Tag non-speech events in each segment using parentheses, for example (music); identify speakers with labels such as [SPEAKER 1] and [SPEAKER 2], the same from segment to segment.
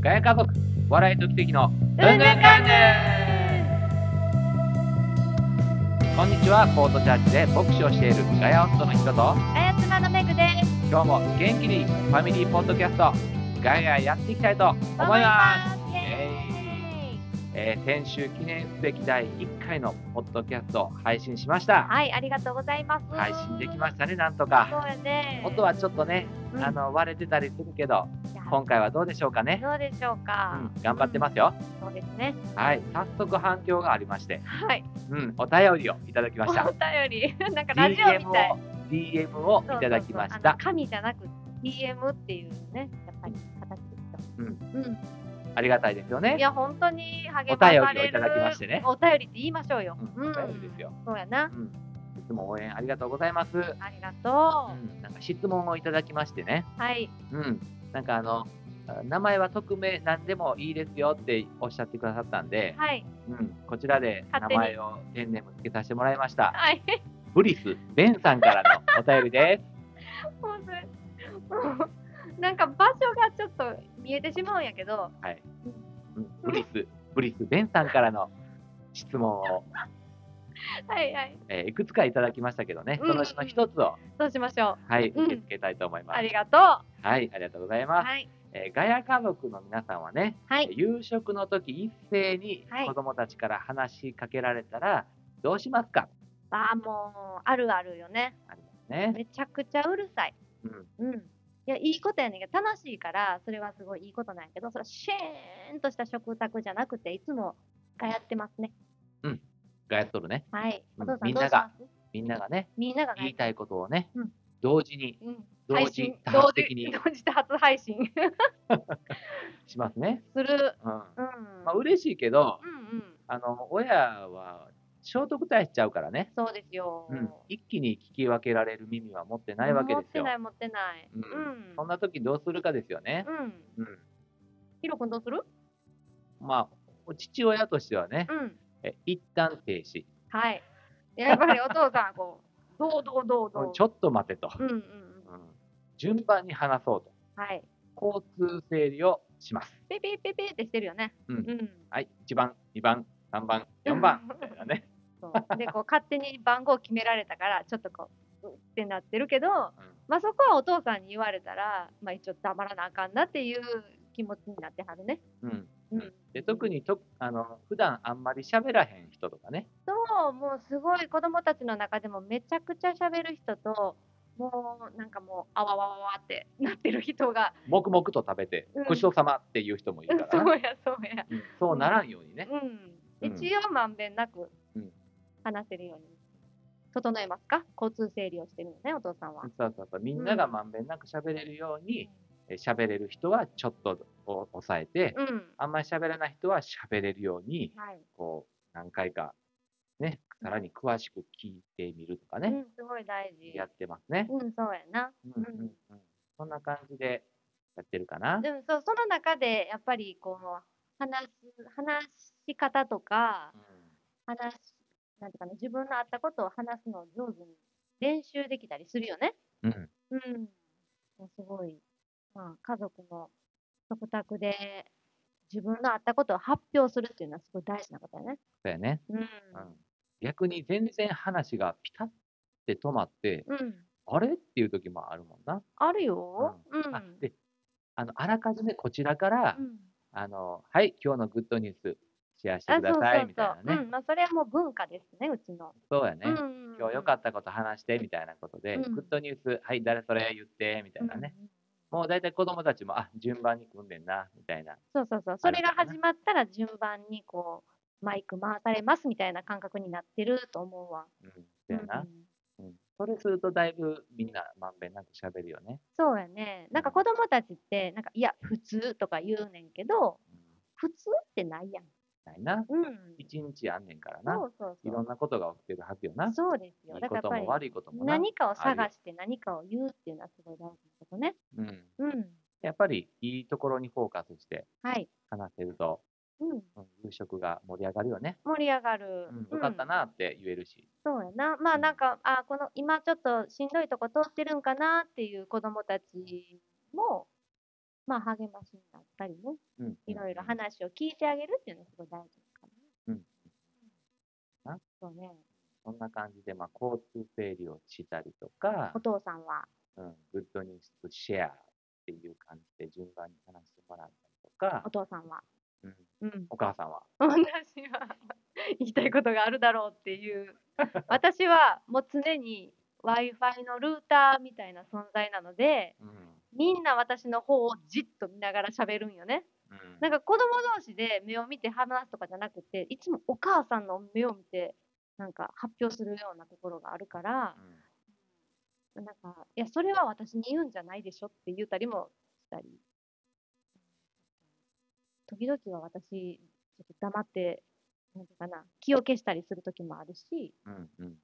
[SPEAKER 1] ガヤ家族笑いと奇跡のうん
[SPEAKER 2] ぬんかんぬ
[SPEAKER 1] こんにちはコートチャーチで牧師をしているガヤ夫の人と
[SPEAKER 2] ガヤ妻のメグです。
[SPEAKER 1] 今日も元気にファミリーポッドキャストガヤやっていきたいと思います
[SPEAKER 2] す。イエーイ
[SPEAKER 1] えー先週記念すべき第1回のポッドキャストを配信しました
[SPEAKER 2] はい、ありがとうございます。
[SPEAKER 1] 配信できま
[SPEAKER 2] し
[SPEAKER 1] したねなんと
[SPEAKER 2] そ
[SPEAKER 1] か
[SPEAKER 2] うやね。
[SPEAKER 1] 音はちょっとね
[SPEAKER 2] うん、
[SPEAKER 1] あの割れてたりするけど
[SPEAKER 2] いや
[SPEAKER 1] 今回はどうでしょうかね
[SPEAKER 2] どうでしょうか。
[SPEAKER 1] うん頑張ってますよ
[SPEAKER 2] そうですね。
[SPEAKER 1] はい早速反響がありまして
[SPEAKER 2] はい。
[SPEAKER 1] うんお便りをいただきま
[SPEAKER 2] お
[SPEAKER 1] した
[SPEAKER 2] 便り、 (laughs) なんかラジオ
[SPEAKER 1] DM
[SPEAKER 2] みたい。
[SPEAKER 1] を DM をいただきまし
[SPEAKER 2] そうそうそうあの
[SPEAKER 1] た
[SPEAKER 2] 神じゃなく DM っていうね、やっぱり形ですと。
[SPEAKER 1] うん。
[SPEAKER 2] うん。
[SPEAKER 1] ありがたいですよね
[SPEAKER 2] いや本当に励まされる。
[SPEAKER 1] お便りをいただきましてね
[SPEAKER 2] お便りって言いましょうよ。
[SPEAKER 1] うんお便りですよ。
[SPEAKER 2] そうやな。
[SPEAKER 1] うんいつも応援ありがとうございます
[SPEAKER 2] ありがと
[SPEAKER 1] うんなんか質問をいただきましてね
[SPEAKER 2] う。はい。
[SPEAKER 1] うんなんかあのあ名前は匿名何でもいいですよっておっしゃってくださったんで、
[SPEAKER 2] はい。
[SPEAKER 1] うん、こちらで名
[SPEAKER 2] 勝手に
[SPEAKER 1] 前をペンネームつけさせてもらいました
[SPEAKER 2] はい。
[SPEAKER 1] ブリス・ベンさんからのお便りです。
[SPEAKER 2] もうそれもうなんか場所がちょっと見えてしまうんやけど、
[SPEAKER 1] はい。うんブリス、ブリス・ベンさんからの質問を、
[SPEAKER 2] はいはい。
[SPEAKER 1] えーいくつかいただきましたけどね、
[SPEAKER 2] うん
[SPEAKER 1] そのうちの一つを、
[SPEAKER 2] そうしましょう。
[SPEAKER 1] はい、
[SPEAKER 2] うん
[SPEAKER 1] 受け付けたいと思います。
[SPEAKER 2] ありがとう。は
[SPEAKER 1] はい、ありがとうございます。
[SPEAKER 2] い。
[SPEAKER 1] えーガヤ家族の皆さんはね、
[SPEAKER 2] はい。
[SPEAKER 1] 夕食の時一斉に
[SPEAKER 2] はい
[SPEAKER 1] 子供たちから話しかけられたらどうしますか、
[SPEAKER 2] ああ、もう、あるあるよね。
[SPEAKER 1] ありますね。
[SPEAKER 2] めちゃくちゃうるさい。
[SPEAKER 1] うん、
[SPEAKER 2] うん。いや、いいことやねんけど、楽しいから、それはすごいいいことなんやけど、それはシェーンとした食卓じゃなくて、いつもがやってますね。
[SPEAKER 1] ガヤっとるね。
[SPEAKER 2] はい。
[SPEAKER 1] う
[SPEAKER 2] お
[SPEAKER 1] ん
[SPEAKER 2] 父さん
[SPEAKER 1] みん
[SPEAKER 2] どう
[SPEAKER 1] な
[SPEAKER 2] し
[SPEAKER 1] が
[SPEAKER 2] ます
[SPEAKER 1] みんながね、
[SPEAKER 2] みんなが
[SPEAKER 1] 言いたいことをね、
[SPEAKER 2] うん
[SPEAKER 1] 同時に
[SPEAKER 2] うん、
[SPEAKER 1] 同
[SPEAKER 2] 配
[SPEAKER 1] 時
[SPEAKER 2] 信
[SPEAKER 1] 多発的に
[SPEAKER 2] 同時同時多発配信 (laughs)
[SPEAKER 1] しますね。
[SPEAKER 2] する。
[SPEAKER 1] うん。
[SPEAKER 2] うん。
[SPEAKER 1] まあ嬉しいけど、
[SPEAKER 2] うんうん。
[SPEAKER 1] あの親は聖徳太子ちゃうからね、
[SPEAKER 2] そうですよ。
[SPEAKER 1] うん、一気に聞き分けられる耳は持ってないわけですよ
[SPEAKER 2] 持ってな。い持ってない。
[SPEAKER 1] うん
[SPEAKER 2] うん。
[SPEAKER 1] そんな時どうするかですよね。
[SPEAKER 2] うん。
[SPEAKER 1] うん、
[SPEAKER 2] ヒロ君どうする？
[SPEAKER 1] まあお父親としてはね
[SPEAKER 2] う、ん。
[SPEAKER 1] え一旦停止、 (laughs)
[SPEAKER 2] はい。やっぱりお父さんこうどうどうどうどう。
[SPEAKER 1] ちょっと待てと、
[SPEAKER 2] うんうんうん。
[SPEAKER 1] うん順番に話そうと、
[SPEAKER 2] はい。
[SPEAKER 1] 交通整理をします。
[SPEAKER 2] ペペペペってしてるよね。
[SPEAKER 1] うん
[SPEAKER 2] うん。
[SPEAKER 1] はい、1番、2番、3番、4番みたいなね。
[SPEAKER 2] (laughs) そう。でこう勝手に番号決められたからちょっとこううってなってるけど、まあそこはお父さんに言われたらまあ一応黙らなあかんなっていう気持ちになってはるね。
[SPEAKER 1] うんうん
[SPEAKER 2] う
[SPEAKER 1] うん
[SPEAKER 2] ん。
[SPEAKER 1] で特にとあの普段あんまり喋らへん人とかね、
[SPEAKER 2] そう、もうすごい子供たちの中でもめちゃくちゃ喋る人と、もうなんかもう、あわわわわってなってる人が、
[SPEAKER 1] 黙々と食べて
[SPEAKER 2] うん、
[SPEAKER 1] ごちそうさまっていう人もいるから
[SPEAKER 2] そ
[SPEAKER 1] な、
[SPEAKER 2] うやそうや。
[SPEAKER 1] うんそうならんようにね、
[SPEAKER 2] う。
[SPEAKER 1] うんん
[SPEAKER 2] 一応まんべんなく
[SPEAKER 1] うん
[SPEAKER 2] 話せるように整えますか交通整理をしてるのね、お父さんは。
[SPEAKER 1] そうそうそうみんながまんべんなく喋れるように、え喋れる人はちょっとお抑えて、
[SPEAKER 2] うん。
[SPEAKER 1] あんまり喋らない人は喋れるように、
[SPEAKER 2] はい。
[SPEAKER 1] こう、何回か、ね、さらに詳しく聞いてみるとか
[SPEAKER 2] う
[SPEAKER 1] ね、
[SPEAKER 2] ん、すごい大事。
[SPEAKER 1] やってますね。
[SPEAKER 2] うん、そうやな。
[SPEAKER 1] うんうんうんそんな感じでやってるかな。
[SPEAKER 2] でもそう、その中でやっぱりこう、話す、話し方とか、話す、なんていうかな、自分のあったことを話すのを上手に練習できたりするよね。
[SPEAKER 1] うんうん
[SPEAKER 2] うん。もうすごい、まあ、家族の食卓で自分のあったことを発表するっていうのはすごい大事なことだね。
[SPEAKER 1] そうやね。
[SPEAKER 2] うん。
[SPEAKER 1] うん逆に全然話がピタッて止まって、
[SPEAKER 2] うん。
[SPEAKER 1] あれっていう時もあるもんな。
[SPEAKER 2] あるよ。うん。
[SPEAKER 1] あであのあらかじめこちらから、
[SPEAKER 2] うん
[SPEAKER 1] あのはい今日のグッドニュースシェアして
[SPEAKER 2] あ
[SPEAKER 1] くだ
[SPEAKER 2] そう
[SPEAKER 1] さ
[SPEAKER 2] そ
[SPEAKER 1] いうみ
[SPEAKER 2] そ。
[SPEAKER 1] たいうなね
[SPEAKER 2] うん。まあ、それはもう文化ですね、うちの。
[SPEAKER 1] そうやね、
[SPEAKER 2] うん。
[SPEAKER 1] 今日良かったこと話してみたいなことで、
[SPEAKER 2] うん
[SPEAKER 1] グッドニュースはい誰それ言ってみたいなね、
[SPEAKER 2] うん。
[SPEAKER 1] もう大体子供たちもあ順番に組んでんなみたいな
[SPEAKER 2] そうそうそう。それが始まったら順番にこう、マイク回されますみたいな感覚になってると思うわ。
[SPEAKER 1] うんそうやな、
[SPEAKER 2] ん
[SPEAKER 1] うんそれするとだいぶみんなまんべんなく喋るよね、
[SPEAKER 2] そうやね。なんか子供たちって、なんか、いや、普通とか言うねんけど、
[SPEAKER 1] うん、
[SPEAKER 2] 普通ってないやん。
[SPEAKER 1] ないな
[SPEAKER 2] うん。
[SPEAKER 1] 一日あんねんから
[SPEAKER 2] そ
[SPEAKER 1] な
[SPEAKER 2] うそう
[SPEAKER 1] い
[SPEAKER 2] そ
[SPEAKER 1] ろん
[SPEAKER 2] う。
[SPEAKER 1] なことが起きてるはずよない
[SPEAKER 2] そうですよ。
[SPEAKER 1] い
[SPEAKER 2] だ
[SPEAKER 1] こ
[SPEAKER 2] から
[SPEAKER 1] と
[SPEAKER 2] や
[SPEAKER 1] も
[SPEAKER 2] っぱ
[SPEAKER 1] 悪
[SPEAKER 2] り、
[SPEAKER 1] いこともな、
[SPEAKER 2] 何かを
[SPEAKER 1] あるよ
[SPEAKER 2] 探して何かを言うっていうのはすごい大事なことね。
[SPEAKER 1] うん、
[SPEAKER 2] うん。
[SPEAKER 1] やっぱりいいところにフォーカスして
[SPEAKER 2] はい。
[SPEAKER 1] 話せると、
[SPEAKER 2] うん。
[SPEAKER 1] うん夕食が盛り上がるよね、
[SPEAKER 2] 盛り上がる
[SPEAKER 1] う。ん、よかった
[SPEAKER 2] うん。
[SPEAKER 1] なって言えるし、
[SPEAKER 2] そうやな。まあ
[SPEAKER 1] うん
[SPEAKER 2] なんか、あ、この、今ちょっとしんどいとこ通ってるんかなっていう子供たちも、まあ励ましになったりね。
[SPEAKER 1] うん
[SPEAKER 2] 話を聞いてあげるっていうのがすごい大事ですか
[SPEAKER 1] う
[SPEAKER 2] ら
[SPEAKER 1] ん
[SPEAKER 2] ね。
[SPEAKER 1] な
[SPEAKER 2] そうね。
[SPEAKER 1] そんな感じで、まあ、交通整理をしたりとか
[SPEAKER 2] お、父さんは、
[SPEAKER 1] うん、グッドニュースとシェアっていう感じで順番に話してもらったりとか
[SPEAKER 2] お、父さんは。
[SPEAKER 1] うん、
[SPEAKER 2] うん。
[SPEAKER 1] お母さんは、
[SPEAKER 2] 私は言いたいことがあるだろうっていう。私はもう常に Wi-Fi のルーターみたいな存在なので、
[SPEAKER 1] うん
[SPEAKER 2] みんな私の方をじっと見ながら喋るんよね。
[SPEAKER 1] うん
[SPEAKER 2] なんか子供同士で目を見て話すとかじゃなくて、いつもお母さんの目を見て、なんか発表するようなところがあるから、
[SPEAKER 1] うん
[SPEAKER 2] なんか、いや、それは私に言うんじゃないでしょって言ったりもしたり。時々は私、ちょっと黙って、なんていうかな、気を消したりする時もあるし、
[SPEAKER 1] うんうん
[SPEAKER 2] うん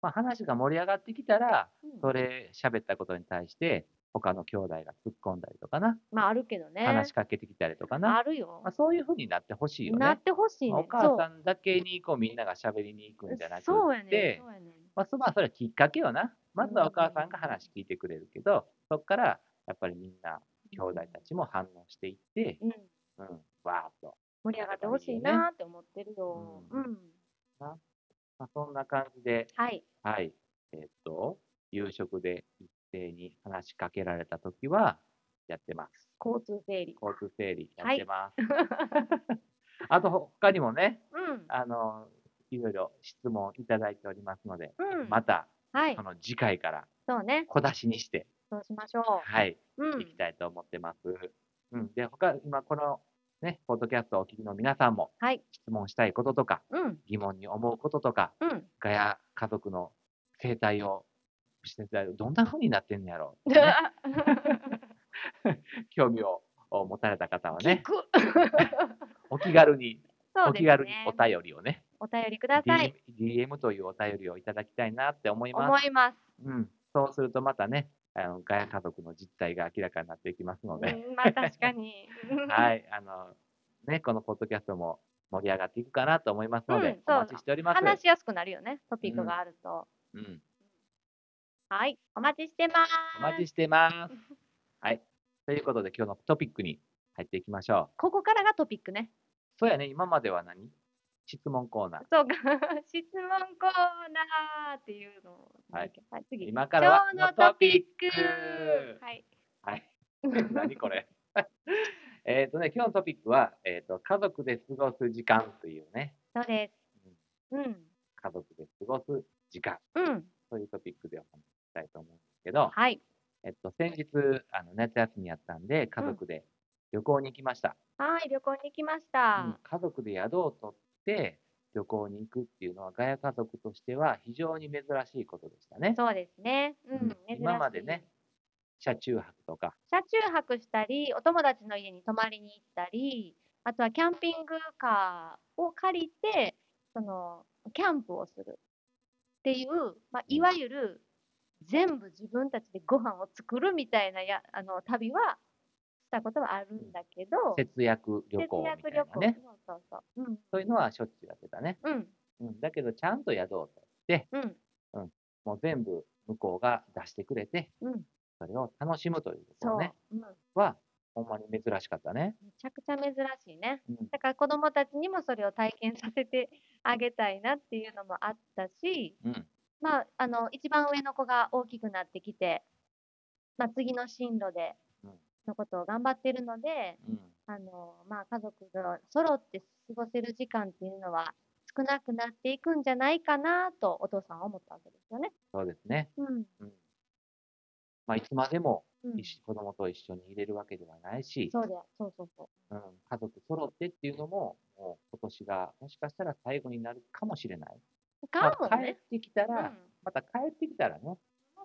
[SPEAKER 1] まあ、話が盛り上がってきたら、
[SPEAKER 2] うん
[SPEAKER 1] それ喋ったことに対して、他の兄弟が突っ込んだりとかな、
[SPEAKER 2] まああるけどね。
[SPEAKER 1] 話しかけてきたりとかな、
[SPEAKER 2] あるよ
[SPEAKER 1] まあ、。そういうふうになってほしいよ
[SPEAKER 2] な
[SPEAKER 1] ね
[SPEAKER 2] っ。てほしいね。
[SPEAKER 1] まあお母さんだけにこうみんなが喋りに行くんじゃなくて、
[SPEAKER 2] そうそうやね。そうやね。
[SPEAKER 1] まあ、そまあそれはきっかけよな。まずはお母さんが話聞いてくれるけど、そこからやっぱりみんな、兄弟たちも反応していって、
[SPEAKER 2] うん。
[SPEAKER 1] うん、わーっと。
[SPEAKER 2] 盛り上がってほしいなって思ってるよ。
[SPEAKER 1] う
[SPEAKER 2] うんん。
[SPEAKER 1] まあ、そんな感じで、
[SPEAKER 2] はい。
[SPEAKER 1] はい。えっと、夕食で一斉に話しかけられたときは、やってます。
[SPEAKER 2] 交通整理。
[SPEAKER 1] 交通整理や
[SPEAKER 2] は
[SPEAKER 1] っ
[SPEAKER 2] い
[SPEAKER 1] てます。 (laughs) あと、他にもね、
[SPEAKER 2] うん。
[SPEAKER 1] あの、いろいろ質問いただいておりますので、
[SPEAKER 2] うん。
[SPEAKER 1] また、
[SPEAKER 2] はい
[SPEAKER 1] そ。の次回から
[SPEAKER 2] そうね。
[SPEAKER 1] 小出しにして、
[SPEAKER 2] そうしましょ
[SPEAKER 1] はい、
[SPEAKER 2] う。う
[SPEAKER 1] い
[SPEAKER 2] ん
[SPEAKER 1] き。たいと思ってます。うん。で、他、今この、ね、ポッドキャストをお聞きの皆さんも、
[SPEAKER 2] はい。
[SPEAKER 1] 質問したいこととか、
[SPEAKER 2] うん。
[SPEAKER 1] 疑問に思うこととか、
[SPEAKER 2] うん。
[SPEAKER 1] ガヤ家族の生態を、生態をどんな風になってんのや
[SPEAKER 2] (laughs)
[SPEAKER 1] ろうってね、興味を持たれた方はね
[SPEAKER 2] (laughs) 聞、く。
[SPEAKER 1] お気軽に、
[SPEAKER 2] そう
[SPEAKER 1] お
[SPEAKER 2] です
[SPEAKER 1] 気軽に
[SPEAKER 2] ね
[SPEAKER 1] お。便りをね、
[SPEAKER 2] お便りください。
[SPEAKER 1] DM, DM というお便りをいただきたいなって思いま
[SPEAKER 2] 思
[SPEAKER 1] す。
[SPEAKER 2] います。
[SPEAKER 1] うん、そうするとまたね、あのガヤ家族の実態が明らかになっていきますので、
[SPEAKER 2] (laughs) うんまあ確かに。。
[SPEAKER 1] はいい、あの、ね、このポッドキャストも盛り上がっていくかなと思いますので、
[SPEAKER 2] うんそう
[SPEAKER 1] お待ちしており (laughs) ます。
[SPEAKER 2] 話しやすくなるよね。トピックがあると。
[SPEAKER 1] うん、
[SPEAKER 2] はい。お待ちしてます。
[SPEAKER 1] お待ちしてます。はい、ということで今日のトピックに入っていきましょう。
[SPEAKER 2] ここからがトピックね。
[SPEAKER 1] そうやね、今までは何質問コーナー。
[SPEAKER 2] そうか。 (laughs) 質問コーナーっていうのを。
[SPEAKER 1] はい。
[SPEAKER 2] 次。
[SPEAKER 1] 今からは
[SPEAKER 2] 今日のトピッ
[SPEAKER 1] のトピッ
[SPEAKER 2] ク。
[SPEAKER 1] ク
[SPEAKER 2] はい。
[SPEAKER 1] はい。 (laughs) 何これ。 (laughs) えっとね、今日のトピックは、えっ、と、家族で過ごす時間というね、
[SPEAKER 2] (laughs) そうです。うん。
[SPEAKER 1] 家族で過ごす時間
[SPEAKER 2] うん。
[SPEAKER 1] というトピックでお話ししたいと思うんですけど、
[SPEAKER 2] はい。
[SPEAKER 1] えっと、先日、あの夏休みやったんで、家族で旅行に行きました。
[SPEAKER 2] はい。旅行に行きまし
[SPEAKER 1] うん
[SPEAKER 2] た。
[SPEAKER 1] 家族で宿を取って旅行に行くっていうのは、ガヤ家族としては非常に珍しいことでしたね。
[SPEAKER 2] そうですね。う
[SPEAKER 1] うん
[SPEAKER 2] ん。珍しい
[SPEAKER 1] 今までね。車中泊とか。
[SPEAKER 2] 車中泊したり、お友達の家に泊まりに行ったり、あとはキャンピングカーを借りて、そのキャンプをするっていう、まあ、いわゆる全部自分たちでご飯を作るみたいなやあの旅はしたことはあるんだけど、
[SPEAKER 1] 節約旅行みたいなね。
[SPEAKER 2] そうそうそう。うん
[SPEAKER 1] そういうのはしょっちゅうやってたね。
[SPEAKER 2] うん
[SPEAKER 1] うん、だけど、ちゃんと宿を取って、
[SPEAKER 2] うん
[SPEAKER 1] もう全部向こうが出してくれて、
[SPEAKER 2] うん。
[SPEAKER 1] それを楽しむというこ
[SPEAKER 2] そ
[SPEAKER 1] と
[SPEAKER 2] う、
[SPEAKER 1] ね、
[SPEAKER 2] うん。め
[SPEAKER 1] は、ほんまに珍しかったね。
[SPEAKER 2] ちゃくちゃ珍しいね。
[SPEAKER 1] うん
[SPEAKER 2] だから子どもたちにもそれを体験させてあげたいなっていうのもあったし、
[SPEAKER 1] うん
[SPEAKER 2] まあ、あの一番上の子が大きくなってきて、まあ、次の進路で
[SPEAKER 1] うん
[SPEAKER 2] のことを頑張ってるので、
[SPEAKER 1] うん
[SPEAKER 2] あのまあ、家族が揃って過ごせる時間っていうのは少なくなっていくんじゃないかなとお父さんは思ったわけですよね。
[SPEAKER 1] そうですね。
[SPEAKER 2] うん
[SPEAKER 1] うんまあ、いつまでも
[SPEAKER 2] うん
[SPEAKER 1] 一緒子供と一緒にいれるわけではないし、
[SPEAKER 2] そうだよそうそうそう
[SPEAKER 1] うん、家族揃ってっていうのも、もう今年がもしかしたら最後になるかもしれない。
[SPEAKER 2] か
[SPEAKER 1] ま
[SPEAKER 2] も
[SPEAKER 1] あ帰っ
[SPEAKER 2] ね、
[SPEAKER 1] てきた
[SPEAKER 2] うん、
[SPEAKER 1] ら、また帰ってきたらね、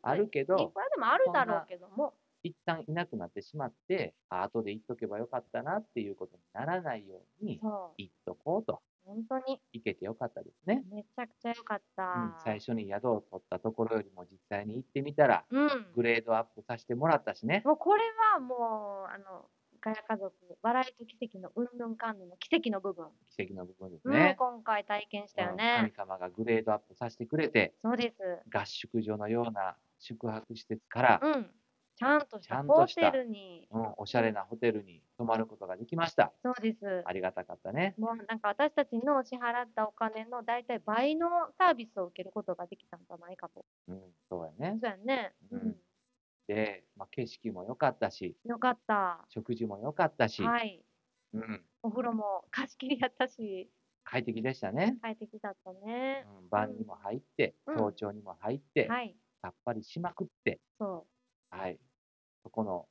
[SPEAKER 1] あるけ
[SPEAKER 2] い
[SPEAKER 1] ど
[SPEAKER 2] く、らでもあるだろうけども、
[SPEAKER 1] 一旦いなくなってしまって、あ後で行っとけばよかったなっていうことにならないように、
[SPEAKER 2] そう
[SPEAKER 1] 行っとこうと、
[SPEAKER 2] 本当に
[SPEAKER 1] 行けてよかったですね。
[SPEAKER 2] めちゃくちゃ良かった。
[SPEAKER 1] うん、最初に宿を取ったところよりも実際に行ってみたら、
[SPEAKER 2] うん。
[SPEAKER 1] グレードアップさせてもらったしね。
[SPEAKER 2] もうこれはもう、あの、ガヤ家族、笑いと奇跡のうんぬんかんぬんの奇跡の部分。
[SPEAKER 1] 奇跡の部分です
[SPEAKER 2] うん
[SPEAKER 1] ね。
[SPEAKER 2] 今回体験したよ
[SPEAKER 1] うん神
[SPEAKER 2] ね。
[SPEAKER 1] 様がグレードアップさせてくれて、
[SPEAKER 2] そうです。
[SPEAKER 1] 合宿所のような宿泊施設から、
[SPEAKER 2] うん。ちゃんとし
[SPEAKER 1] ちゃ
[SPEAKER 2] た
[SPEAKER 1] ん
[SPEAKER 2] ホ
[SPEAKER 1] とした
[SPEAKER 2] テルに。
[SPEAKER 1] うん、おしゃれなホテルに泊まることができました。
[SPEAKER 2] そうです。
[SPEAKER 1] ありがたかったね。
[SPEAKER 2] もうなんか私たちの支払ったお金の大体倍のサービスを受けることができたんじゃないかと。
[SPEAKER 1] うん、そうやね
[SPEAKER 2] そう。やね。
[SPEAKER 1] うんで、まあ、景色も良かったし、
[SPEAKER 2] よかった。
[SPEAKER 1] 食事も良かったし、
[SPEAKER 2] はい。
[SPEAKER 1] うん、
[SPEAKER 2] お風呂も貸し切りやったし、
[SPEAKER 1] 快適でしたね。
[SPEAKER 2] 快適だった
[SPEAKER 1] う
[SPEAKER 2] ね。
[SPEAKER 1] ん、晩にも入って、
[SPEAKER 2] うん
[SPEAKER 1] 早朝にも入って、
[SPEAKER 2] はい。
[SPEAKER 1] さっぱりしまくって、
[SPEAKER 2] そ
[SPEAKER 1] はい。そこの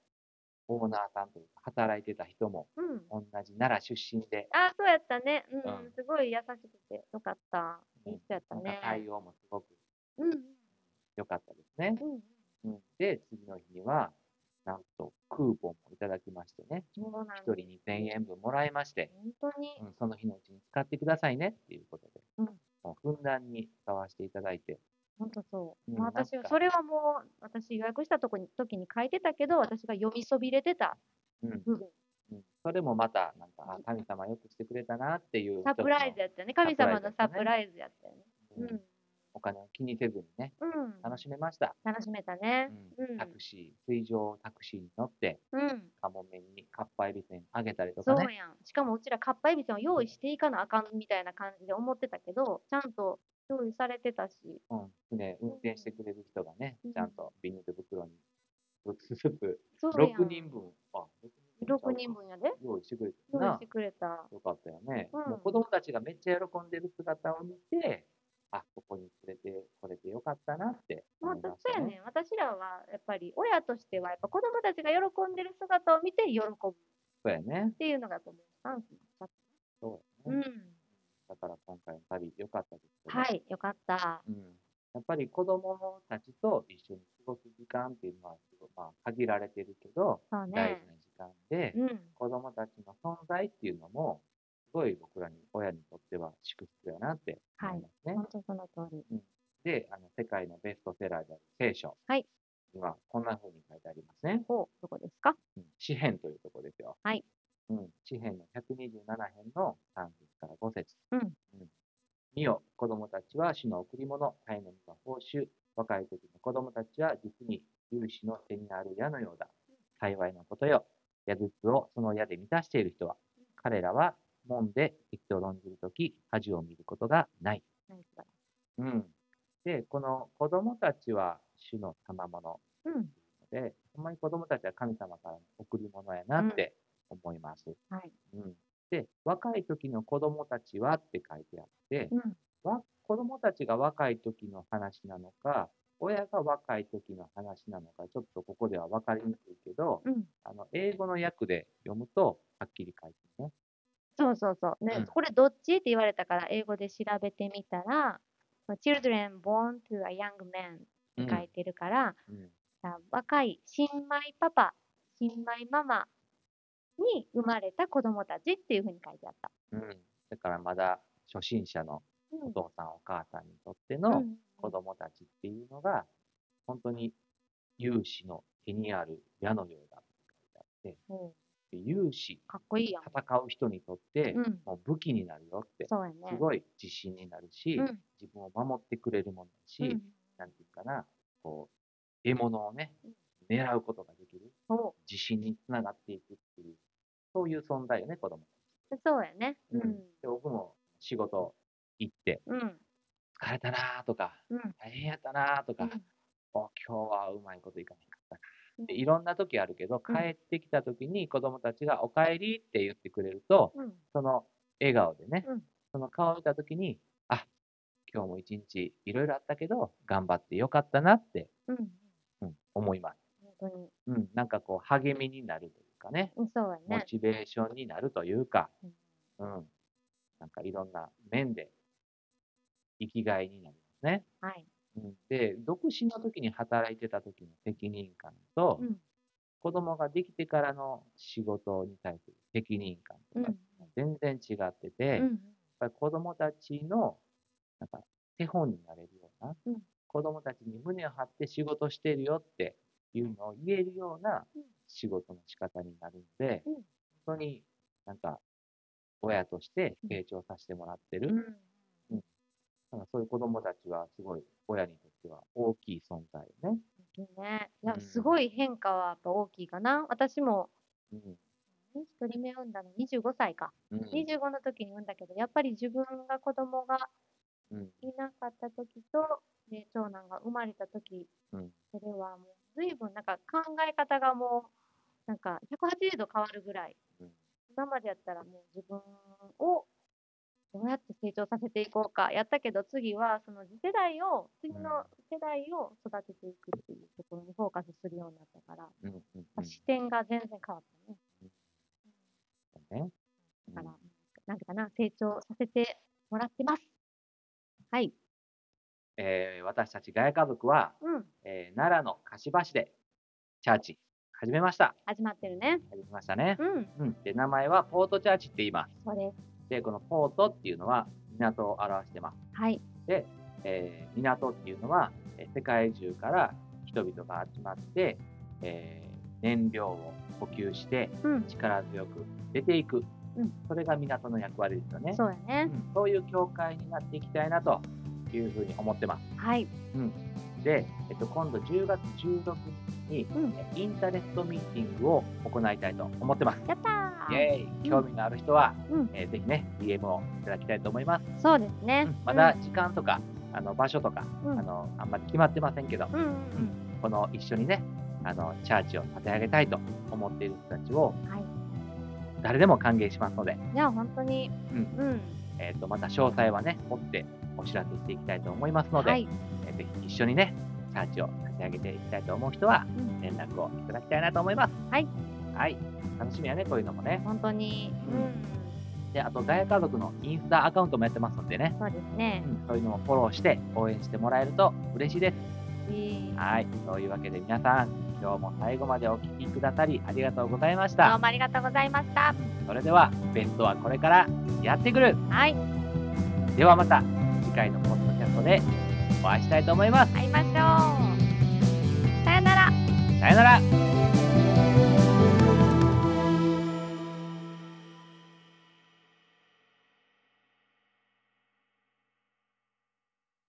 [SPEAKER 1] オーナーさんというか、働いてた人も
[SPEAKER 2] う。う
[SPEAKER 1] 同
[SPEAKER 2] ん。
[SPEAKER 1] じ奈良出身で、
[SPEAKER 2] あ、そうやったね。う
[SPEAKER 1] うん
[SPEAKER 2] ん。すごい優しくてよかった。いい人やった
[SPEAKER 1] なんか
[SPEAKER 2] ね。
[SPEAKER 1] 対応もすごく
[SPEAKER 2] うん。
[SPEAKER 1] 良かったですね。
[SPEAKER 2] う
[SPEAKER 1] う
[SPEAKER 2] ん。
[SPEAKER 1] ん、で、次の日には、なんとクーポンもいただきましてね、
[SPEAKER 2] そうなん
[SPEAKER 1] 1
[SPEAKER 2] です。
[SPEAKER 1] 人2000円分もらいまして、
[SPEAKER 2] 本当に
[SPEAKER 1] う。ん、その日のうちに使ってくださいねっていうことで、
[SPEAKER 2] うん
[SPEAKER 1] もうふんだんに使わせていただいて、
[SPEAKER 2] 本当そう。
[SPEAKER 1] うん
[SPEAKER 2] まあ、
[SPEAKER 1] なん
[SPEAKER 2] 私は
[SPEAKER 1] か
[SPEAKER 2] それはもう、私予約したとこに時に書いてたけど、私が読みそびれてた
[SPEAKER 1] うん
[SPEAKER 2] 部分。
[SPEAKER 1] うんそれもまた、なんか、あ神様よくしてくれたなっていう、
[SPEAKER 2] サプライズやったよね。神様のサプライズやったよね。
[SPEAKER 1] 一つ
[SPEAKER 2] う
[SPEAKER 1] の、うん
[SPEAKER 2] ん。
[SPEAKER 1] お金を気にせずにね、
[SPEAKER 2] うん。
[SPEAKER 1] 楽しめました。
[SPEAKER 2] 楽しめたね。
[SPEAKER 1] うんタクシー、水上タクシーに乗って、
[SPEAKER 2] うん。うん。
[SPEAKER 1] カモメにカッパエビせんあげたりと
[SPEAKER 2] そ
[SPEAKER 1] か
[SPEAKER 2] う
[SPEAKER 1] ね、
[SPEAKER 2] やん。しかもうちらかっぱえびせんを用意していかなあかんみたいな感じで思ってたけど、ちゃんと用意されてたし、
[SPEAKER 1] うん、船、運転してくれる人がね、
[SPEAKER 2] うん
[SPEAKER 1] ちゃんとビニール袋に、ずつずつ、
[SPEAKER 2] そうやん。
[SPEAKER 1] 6人分、あ、
[SPEAKER 2] 6人。分やで。
[SPEAKER 1] 用意してくれてる
[SPEAKER 2] 用意
[SPEAKER 1] な
[SPEAKER 2] して。くれた。
[SPEAKER 1] よかったよね。
[SPEAKER 2] うん
[SPEAKER 1] もう子供たちがめっちゃ喜んでる姿を見て、あ、ここに連れてこれてよかったなって
[SPEAKER 2] ま
[SPEAKER 1] 思
[SPEAKER 2] あ、
[SPEAKER 1] い
[SPEAKER 2] そ
[SPEAKER 1] ま
[SPEAKER 2] う
[SPEAKER 1] した、
[SPEAKER 2] やねん。私らは、やっぱり、親としては、やっぱ子供たちが喜んでる姿を見て喜ぶっ
[SPEAKER 1] そうやね。
[SPEAKER 2] ていうのが、このスタンスになっち
[SPEAKER 1] そう
[SPEAKER 2] ゃ
[SPEAKER 1] や
[SPEAKER 2] う
[SPEAKER 1] ね。
[SPEAKER 2] ん。
[SPEAKER 1] だから今回の旅良かったですけど、
[SPEAKER 2] はい、よかった。
[SPEAKER 1] うん。やっぱり子供たちと一緒に過ごす時間っていうのは、まあ、限られてるけど、
[SPEAKER 2] そ
[SPEAKER 1] 大
[SPEAKER 2] う
[SPEAKER 1] 事
[SPEAKER 2] ね。
[SPEAKER 1] な時間で、
[SPEAKER 2] うん。
[SPEAKER 1] 子供たちの存在っていうのも、すごい僕らに、親にとっては祝福だなって
[SPEAKER 2] は
[SPEAKER 1] 思い
[SPEAKER 2] い。
[SPEAKER 1] ますね。
[SPEAKER 2] 本当その通り。
[SPEAKER 1] で、あの世界のベストセラーである聖書
[SPEAKER 2] はい
[SPEAKER 1] にはこんな風に書いてありますね。
[SPEAKER 2] ほう、どこですか
[SPEAKER 1] うん詩編というところですよ。
[SPEAKER 2] はい
[SPEAKER 1] うん、詩編の127編の3節から5節。
[SPEAKER 2] うん
[SPEAKER 1] 見よ、子供たちは主の贈り物、愛の実の報酬。若い時の子供たちは実に有志の手にある矢のようだ。幸いなことよ。矢筒をその矢で満たしている人は、彼らは門で敵を論じるとき、恥を見ることがない。
[SPEAKER 2] 何ですか
[SPEAKER 1] うん、で、この子供たちは主の賜物
[SPEAKER 2] うん。
[SPEAKER 1] で、ほんまに子供たちは神様からの贈り物やなって思います。
[SPEAKER 2] はい。
[SPEAKER 1] うんで、若い時の子供たちはって書いてあって、
[SPEAKER 2] うん。
[SPEAKER 1] わ子供たちが若い時の話なのか、親が若い時の話なのか、ちょっとここでは分かりにくいけど、
[SPEAKER 2] うん。
[SPEAKER 1] あの英語の訳で読むと、はっきり書いてるね。
[SPEAKER 2] そうそうそう。ね、
[SPEAKER 1] うん
[SPEAKER 2] これどっちって言われたから、英語で調べてみたら、Children born to a young man って書いてるから、
[SPEAKER 1] うん
[SPEAKER 2] さ若い新米パパ、新米ママに生まれた子供たちっていうふうに書いてあった。
[SPEAKER 1] うんうんだからまだ初心者の
[SPEAKER 2] うん
[SPEAKER 1] お父さんお母さんにとって
[SPEAKER 2] う
[SPEAKER 1] の
[SPEAKER 2] ん
[SPEAKER 1] 子供たちっていうのが、本当に有志の手にある矢のようだって書いて
[SPEAKER 2] うん
[SPEAKER 1] あって、有志、
[SPEAKER 2] かっこいいやん。
[SPEAKER 1] 戦う人にとって、
[SPEAKER 2] うん。
[SPEAKER 1] もう武器になるよって、
[SPEAKER 2] そうやね。
[SPEAKER 1] すごい自信になるし、
[SPEAKER 2] うん
[SPEAKER 1] 自分を守ってくれるものだし、
[SPEAKER 2] うん
[SPEAKER 1] なんていうかな、こう、獲物をね
[SPEAKER 2] うん、
[SPEAKER 1] 狙うことができる、
[SPEAKER 2] そ
[SPEAKER 1] 自信につながっていくっていう、そういう存在よね、子供。
[SPEAKER 2] うそうやね。う
[SPEAKER 1] うん
[SPEAKER 2] ん。
[SPEAKER 1] で僕も仕事行って、
[SPEAKER 2] うん。
[SPEAKER 1] 疲れたなーとか、
[SPEAKER 2] うん。
[SPEAKER 1] 大変やったなーと
[SPEAKER 2] う
[SPEAKER 1] か、
[SPEAKER 2] ん
[SPEAKER 1] お今日はうまいこといかないかった
[SPEAKER 2] う
[SPEAKER 1] なっ
[SPEAKER 2] ん
[SPEAKER 1] ていろんな時あるけど帰ってきた時に子供たちが「おかえり」って言ってくれると
[SPEAKER 2] うん。
[SPEAKER 1] その笑顔でね、
[SPEAKER 2] うん
[SPEAKER 1] その顔を見た時に「あ今日も一日いろいろあったけど頑張ってよかったな」って、
[SPEAKER 2] うん。
[SPEAKER 1] うん、思います、
[SPEAKER 2] 本当に。
[SPEAKER 1] うん。なんかこう励みになるというかね
[SPEAKER 2] うんそうや
[SPEAKER 1] モ
[SPEAKER 2] ね。
[SPEAKER 1] チベーションになるというか
[SPEAKER 2] うん、
[SPEAKER 1] うん、なんかいろんな面で生きがいになりますね。
[SPEAKER 2] はい。
[SPEAKER 1] うんで、独身の時に働いてた時の責任感と、
[SPEAKER 2] うん。
[SPEAKER 1] 子供ができてからの仕事に対する責任感
[SPEAKER 2] う
[SPEAKER 1] と
[SPEAKER 2] ん
[SPEAKER 1] か、。全然違ってて、
[SPEAKER 2] う
[SPEAKER 1] やっ
[SPEAKER 2] ん。
[SPEAKER 1] ぱり子供たちの、なんか、手本になれるような、
[SPEAKER 2] うん
[SPEAKER 1] 子供たちに胸を張って仕事してるよっていうのを言えるような
[SPEAKER 2] うん
[SPEAKER 1] 仕事の仕方になるので、
[SPEAKER 2] うん
[SPEAKER 1] 本当になんか、親として成長させてもらってる、
[SPEAKER 2] うん。
[SPEAKER 1] だからそういう子供たちはすごい親にとっては大きい存在よね。
[SPEAKER 2] いいね。いや
[SPEAKER 1] う、ん
[SPEAKER 2] すごい変化はやっぱ大きいかな。私も、
[SPEAKER 1] うん
[SPEAKER 2] 一人目産んだの25歳か。
[SPEAKER 1] うん
[SPEAKER 2] 25の時に産んだけど、やっぱり自分が子供が
[SPEAKER 1] うん
[SPEAKER 2] いなかった時と、ね、長男が生まれた時
[SPEAKER 1] うん
[SPEAKER 2] それはもう随分なんか考え方がもうなんか180度変わるぐらい、
[SPEAKER 1] うん
[SPEAKER 2] 今までやったらもう自分をどうやって成長させていこうかやったけど次はその次世代を次の世代を育てていくっていうところにフォーカスするようになったから、
[SPEAKER 1] うんうん
[SPEAKER 2] まあ視点が全然変わったね
[SPEAKER 1] うんね
[SPEAKER 2] だから、なんていうかな成長させてもらってますはい
[SPEAKER 1] えー私たちガヤ家族は、
[SPEAKER 2] うん
[SPEAKER 1] えー奈良の柏市でチャーチ始めました。
[SPEAKER 2] 始まってるね
[SPEAKER 1] 始めましたね。
[SPEAKER 2] うん
[SPEAKER 1] うん、で名前はポートチャーチって言います。
[SPEAKER 2] そうです
[SPEAKER 1] でこのポートっていうのは港を表してます。
[SPEAKER 2] はい
[SPEAKER 1] で、えー港っていうのは、えー世界中から人々が集まって、えー燃料を補給して
[SPEAKER 2] うん
[SPEAKER 1] 力強く出ていく、
[SPEAKER 2] うん
[SPEAKER 1] それが港の役割ですよね。
[SPEAKER 2] そうやね
[SPEAKER 1] うんそういう教会になっていきたいなというふうに思ってます。
[SPEAKER 2] はい
[SPEAKER 1] で、えっと、今度10月16日に、
[SPEAKER 2] うん
[SPEAKER 1] インターネットミーティングを行いたいと思ってます。
[SPEAKER 2] やったー
[SPEAKER 1] イエーイ興味のある人は、
[SPEAKER 2] うん
[SPEAKER 1] えーぜひね、DM をいただきたいと思います。
[SPEAKER 2] そうですね。
[SPEAKER 1] うんまだ、時間とか、あの場所とか、
[SPEAKER 2] うん、
[SPEAKER 1] あの、あんまり決まってませんけど、
[SPEAKER 2] うん、うん
[SPEAKER 1] この一緒にね、あのチャーチを立て上げたいと思っている人たちを
[SPEAKER 2] うん、はい。
[SPEAKER 1] 誰でも歓迎しますので、
[SPEAKER 2] じゃあ本当に、
[SPEAKER 1] うん
[SPEAKER 2] うん、
[SPEAKER 1] えー、とまた詳細はね、追ってお知らせしていきたいと思いますので、
[SPEAKER 2] はい、
[SPEAKER 1] えーぜひ一緒にね、チャーチを立ち上げていきたいと思う人は、
[SPEAKER 2] うん
[SPEAKER 1] 連絡をいただきたいなと思います。
[SPEAKER 2] はい。
[SPEAKER 1] はい。楽しみやね、こういうのもね。
[SPEAKER 2] 本当に、
[SPEAKER 1] う
[SPEAKER 2] うんん、
[SPEAKER 1] で、あと、ガヤ家族のインスタアカウントもやってますのでね、
[SPEAKER 2] そうですね。
[SPEAKER 1] そういうのもフォローして、応援してもらえると嬉しいです。
[SPEAKER 2] いい
[SPEAKER 1] はい。というわけで皆さん、今日も最後までお聞きくださり、ありがとうございまし
[SPEAKER 2] どう
[SPEAKER 1] た。
[SPEAKER 2] もありがとうございました。
[SPEAKER 1] それでは、ベストはこれからやってくる
[SPEAKER 2] はい、
[SPEAKER 1] ではまた、次回のポッドキャストでお会いしたいと思います。
[SPEAKER 2] 会いましょう。さよなら。
[SPEAKER 1] さよなら